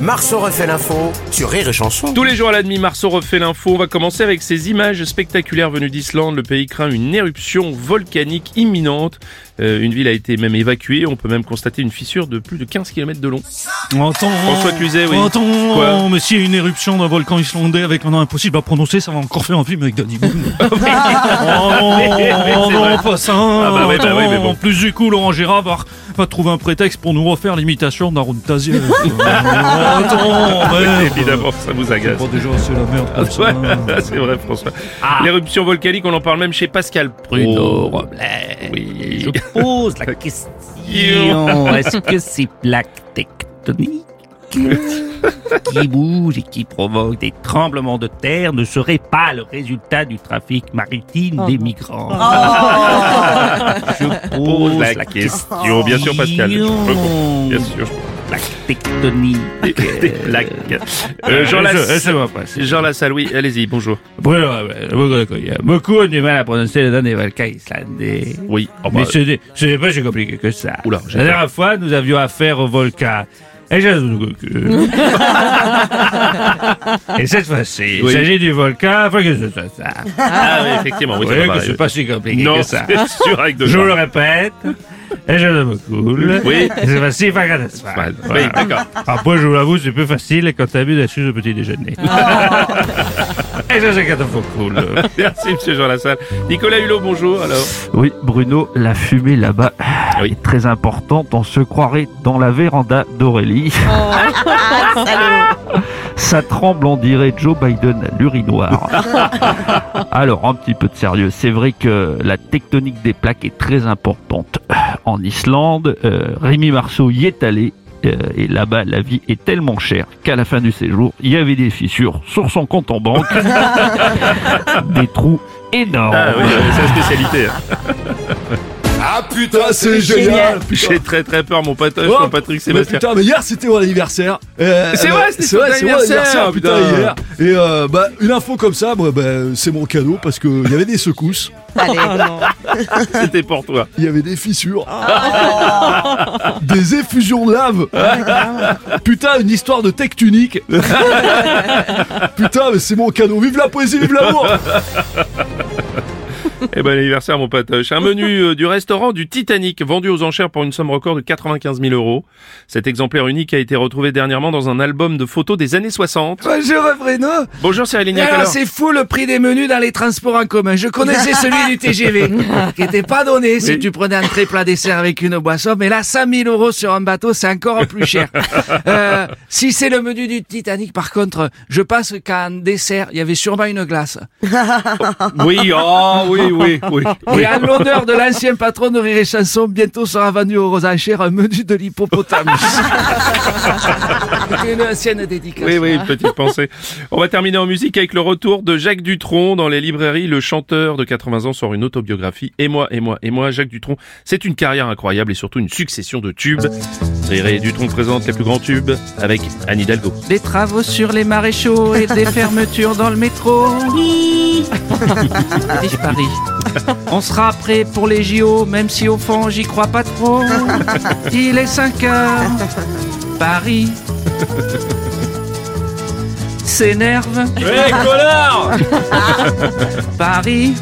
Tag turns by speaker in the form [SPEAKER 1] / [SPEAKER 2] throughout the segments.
[SPEAKER 1] Marceau refait l'info sur Rire et Chanson.
[SPEAKER 2] Tous les jours à la demi, Marceau refait l'info. On va commencer avec ces images spectaculaires venues d'Islande. Le pays craint une éruption volcanique imminente. Euh, une ville a été même évacuée. On peut même constater une fissure de plus de 15 km de long.
[SPEAKER 3] Attends,
[SPEAKER 2] François Cluzet, oui.
[SPEAKER 3] Attends,
[SPEAKER 2] Quoi
[SPEAKER 3] mais s'il y a une éruption d'un volcan islandais avec un nom impossible à prononcer, ça va encore faire un film avec Danny Boone. oh non,
[SPEAKER 2] Mais- mais
[SPEAKER 3] oh
[SPEAKER 2] Ah c'est
[SPEAKER 3] non,
[SPEAKER 2] vrai.
[SPEAKER 3] pas ça.
[SPEAKER 2] Ah bah ouais, bah
[SPEAKER 3] attends,
[SPEAKER 2] ouais, mais bon.
[SPEAKER 3] En plus du coup, Laurent Gérard va, va trouver un prétexte pour nous refaire l'imitation d'Aaron Tazier. Oh, attends,
[SPEAKER 4] Ah.
[SPEAKER 3] merde.
[SPEAKER 2] Évidemment, ça vous agace.
[SPEAKER 3] Bon, déjà, c'est la merde. comme ça.
[SPEAKER 2] Ouais, c'est vrai, François.
[SPEAKER 4] Ah.
[SPEAKER 2] L'éruption volcanique, on en parle même chez Pascal
[SPEAKER 4] Oh.
[SPEAKER 2] Pruneau. Oui.
[SPEAKER 4] Euh, Je pose la question. Est-ce que ces plaques tectoniques qui bougent et qui provoquent des tremblements de terre ne seraient pas le résultat du trafic maritime des migrants
[SPEAKER 2] Ah,
[SPEAKER 4] Je
[SPEAKER 2] Pose la question. Bien sûr, Pascal. Je comprends. Bien sûr.
[SPEAKER 4] Plaques tectoniques.
[SPEAKER 2] Des blagues. Euh, Jean,
[SPEAKER 4] Euh, Je-
[SPEAKER 2] Lass-
[SPEAKER 4] je vois pas, c'est-
[SPEAKER 2] Jean Lassalle, oui, allez-y, bonjour.
[SPEAKER 4] Bruno, ouais, beaucoup de- il y a beaucoup de mal à prononcer le nom des volcans islandais.
[SPEAKER 2] Oui, oh bah,
[SPEAKER 4] Mais ce n'est ce n'est pas si compliqué que ça.
[SPEAKER 2] Oula, j'ai
[SPEAKER 4] La
[SPEAKER 2] peur.
[SPEAKER 4] dernière fois, nous avions affaire au volcan. Et, je- Et cette fois-ci,
[SPEAKER 2] Oui.
[SPEAKER 4] il s'agit du volcan. Faut que ce soit ça.
[SPEAKER 2] ah, oui, effectivement, oui,
[SPEAKER 4] Vous
[SPEAKER 2] ça
[SPEAKER 4] voyez
[SPEAKER 2] va,
[SPEAKER 4] que
[SPEAKER 2] oui.
[SPEAKER 4] c'est pas si compliqué
[SPEAKER 2] Non,
[SPEAKER 4] que ça.
[SPEAKER 2] c'est sûr, avec deux
[SPEAKER 4] Je
[SPEAKER 2] gens.
[SPEAKER 4] vous le répète. Et je me coule.
[SPEAKER 2] Oui.
[SPEAKER 4] Et Cette fois-ci, pas catastrophe.
[SPEAKER 2] Oui, d'accord.
[SPEAKER 4] Après, je vous l'avoue, c'est plus facile quand t'as bu des choses au petit déjeuner.
[SPEAKER 2] Oh.
[SPEAKER 4] Et ça, c'est catastrophe cool.
[SPEAKER 2] Merci, monsieur Jean Lassalle. Nicolas Hulot, bonjour. Alors,
[SPEAKER 5] Oui, Bruno, la fumée là-bas
[SPEAKER 2] oui.
[SPEAKER 5] est très importante. On se croirait dans la véranda d'Aurélie. Ça tremble, on dirait Joe Biden à l'urinoir. Alors, un petit peu de sérieux. C'est vrai que la tectonique des plaques est très importante euh, en Islande. euh, Rémi Marceau y est allé. euh, et là-bas, la vie est tellement chère qu'à la fin du séjour, il y avait des fissures sur son compte en banque. des trous énormes.
[SPEAKER 2] Ah oui, euh, sa spécialité.
[SPEAKER 6] Ah putain, c'est génial.
[SPEAKER 2] Ah, J'ai très très peur, mon, Pat-
[SPEAKER 6] Oh,
[SPEAKER 2] mon Patrick
[SPEAKER 6] Mais
[SPEAKER 2] Sébastien.
[SPEAKER 6] putain, mais hier c'était mon anniversaire.
[SPEAKER 2] Eh
[SPEAKER 6] Euh,
[SPEAKER 2] ben, C'est
[SPEAKER 6] euh,
[SPEAKER 2] vrai, c'était
[SPEAKER 6] c'est vrai,
[SPEAKER 2] ton
[SPEAKER 6] c'est mon
[SPEAKER 2] anniversaire,
[SPEAKER 6] anniversaire, putain,
[SPEAKER 2] putain.
[SPEAKER 6] hier. Et euh, bah, une info comme ça, moi, bah, c'est mon cadeau parce que il y avait des secousses,
[SPEAKER 2] C'était pour toi.
[SPEAKER 6] il y avait des fissures, des effusions de lave. putain, une histoire de tectonique. putain, mais c'est mon cadeau. Vive la poésie, vive l'amour.
[SPEAKER 2] Eh ben, anniversaire, mon patoche. Un menu euh, du restaurant du Titanic, vendu aux enchères pour une somme record de 95 000 euros. Cet exemplaire unique a été retrouvé dernièrement dans un album de photos des années 60.
[SPEAKER 7] Bonjour Bruno.
[SPEAKER 2] Bonjour, Cyril Lignac.
[SPEAKER 7] Alors
[SPEAKER 2] alors.
[SPEAKER 7] c'est fou le prix des menus dans les transports en commun. Je connaissais celui du TGV qui était pas donné si
[SPEAKER 2] Oui.
[SPEAKER 7] tu prenais un très plat dessert avec une boisson. Mais là 5000 euros sur un bateau c'est encore plus cher. Euh, si c'est le menu du Titanic par contre, je pense qu'à un dessert il y avait sûrement une glace.
[SPEAKER 2] Oui, oh, oui, oui, oui. oui.
[SPEAKER 7] Et à l'honneur de l'ancien patron de Rire et Chanson, bientôt sera vendu aux enchères un menu de l'hippopotame. C'était une ancienne dédicace.
[SPEAKER 2] Oui, oui, une petite pensée. On va terminer en musique avec le retour de Jacques Dutronc dans les librairies. Le chanteur de 80 ans sort une autobiographie. Et moi, et moi, et moi, Jacques Dutronc, c'est une carrière incroyable et surtout une succession de tubes. Rire et Dutronc présente les plus grands tubes avec Anne Hidalgo.
[SPEAKER 7] Des travaux sur les maréchaux et des fermetures dans le métro. Vive Paris. On sera prêt pour les JO, même si au fond j'y crois pas trop. Il est 5 heures. Paris s'énerve. Paris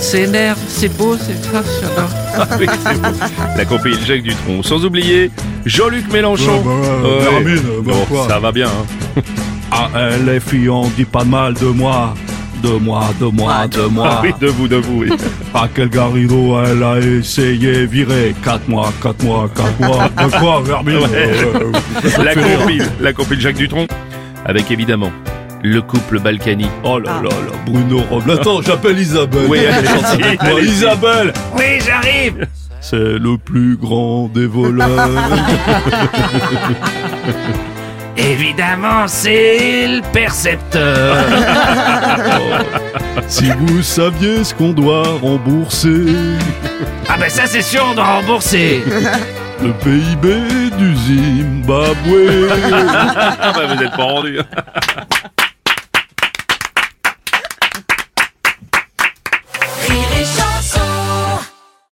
[SPEAKER 7] s'énerve. C'est beau, c'est ça, j'adore.
[SPEAKER 2] Ah oui, c'est bon. La compagnie de Jacques Dutronc. Sans oublier Jean-Luc Mélenchon.
[SPEAKER 3] Ouais, bah ouais,
[SPEAKER 2] Ouais.
[SPEAKER 3] Vermine, bah
[SPEAKER 2] Bon,
[SPEAKER 3] quoi.
[SPEAKER 2] ça va bien. hein.
[SPEAKER 3] Ah, eh, les filles, on dit pas de mal de moi. De moi, de moi, de moi.
[SPEAKER 2] Ah oui, de vous, de vous. oui.
[SPEAKER 3] Ah, quel garido, elle a essayé, viré. 4 mois, 4 mois, 4 mois. De quoi, Vermine euh, ça
[SPEAKER 2] La
[SPEAKER 3] fait rire.
[SPEAKER 2] compile, la compile Jacques Dutronc avec évidemment le couple Balkany.
[SPEAKER 3] Oh là là là, Bruno Robles.
[SPEAKER 6] Attends, j'appelle Isabelle.
[SPEAKER 2] Oui, allez-y,
[SPEAKER 6] Moi,
[SPEAKER 2] allez-y.
[SPEAKER 6] Isabelle,
[SPEAKER 4] Oui, j'arrive.
[SPEAKER 6] c'est le plus grand des voleurs.
[SPEAKER 4] Évidemment, c'est le percepteur.
[SPEAKER 6] Si vous saviez ce qu'on doit rembourser.
[SPEAKER 4] Ah ben ça, c'est sûr, on doit rembourser. le PIB du Zimbabwe.
[SPEAKER 3] hein.
[SPEAKER 2] Ah bah vous êtes pas rendu.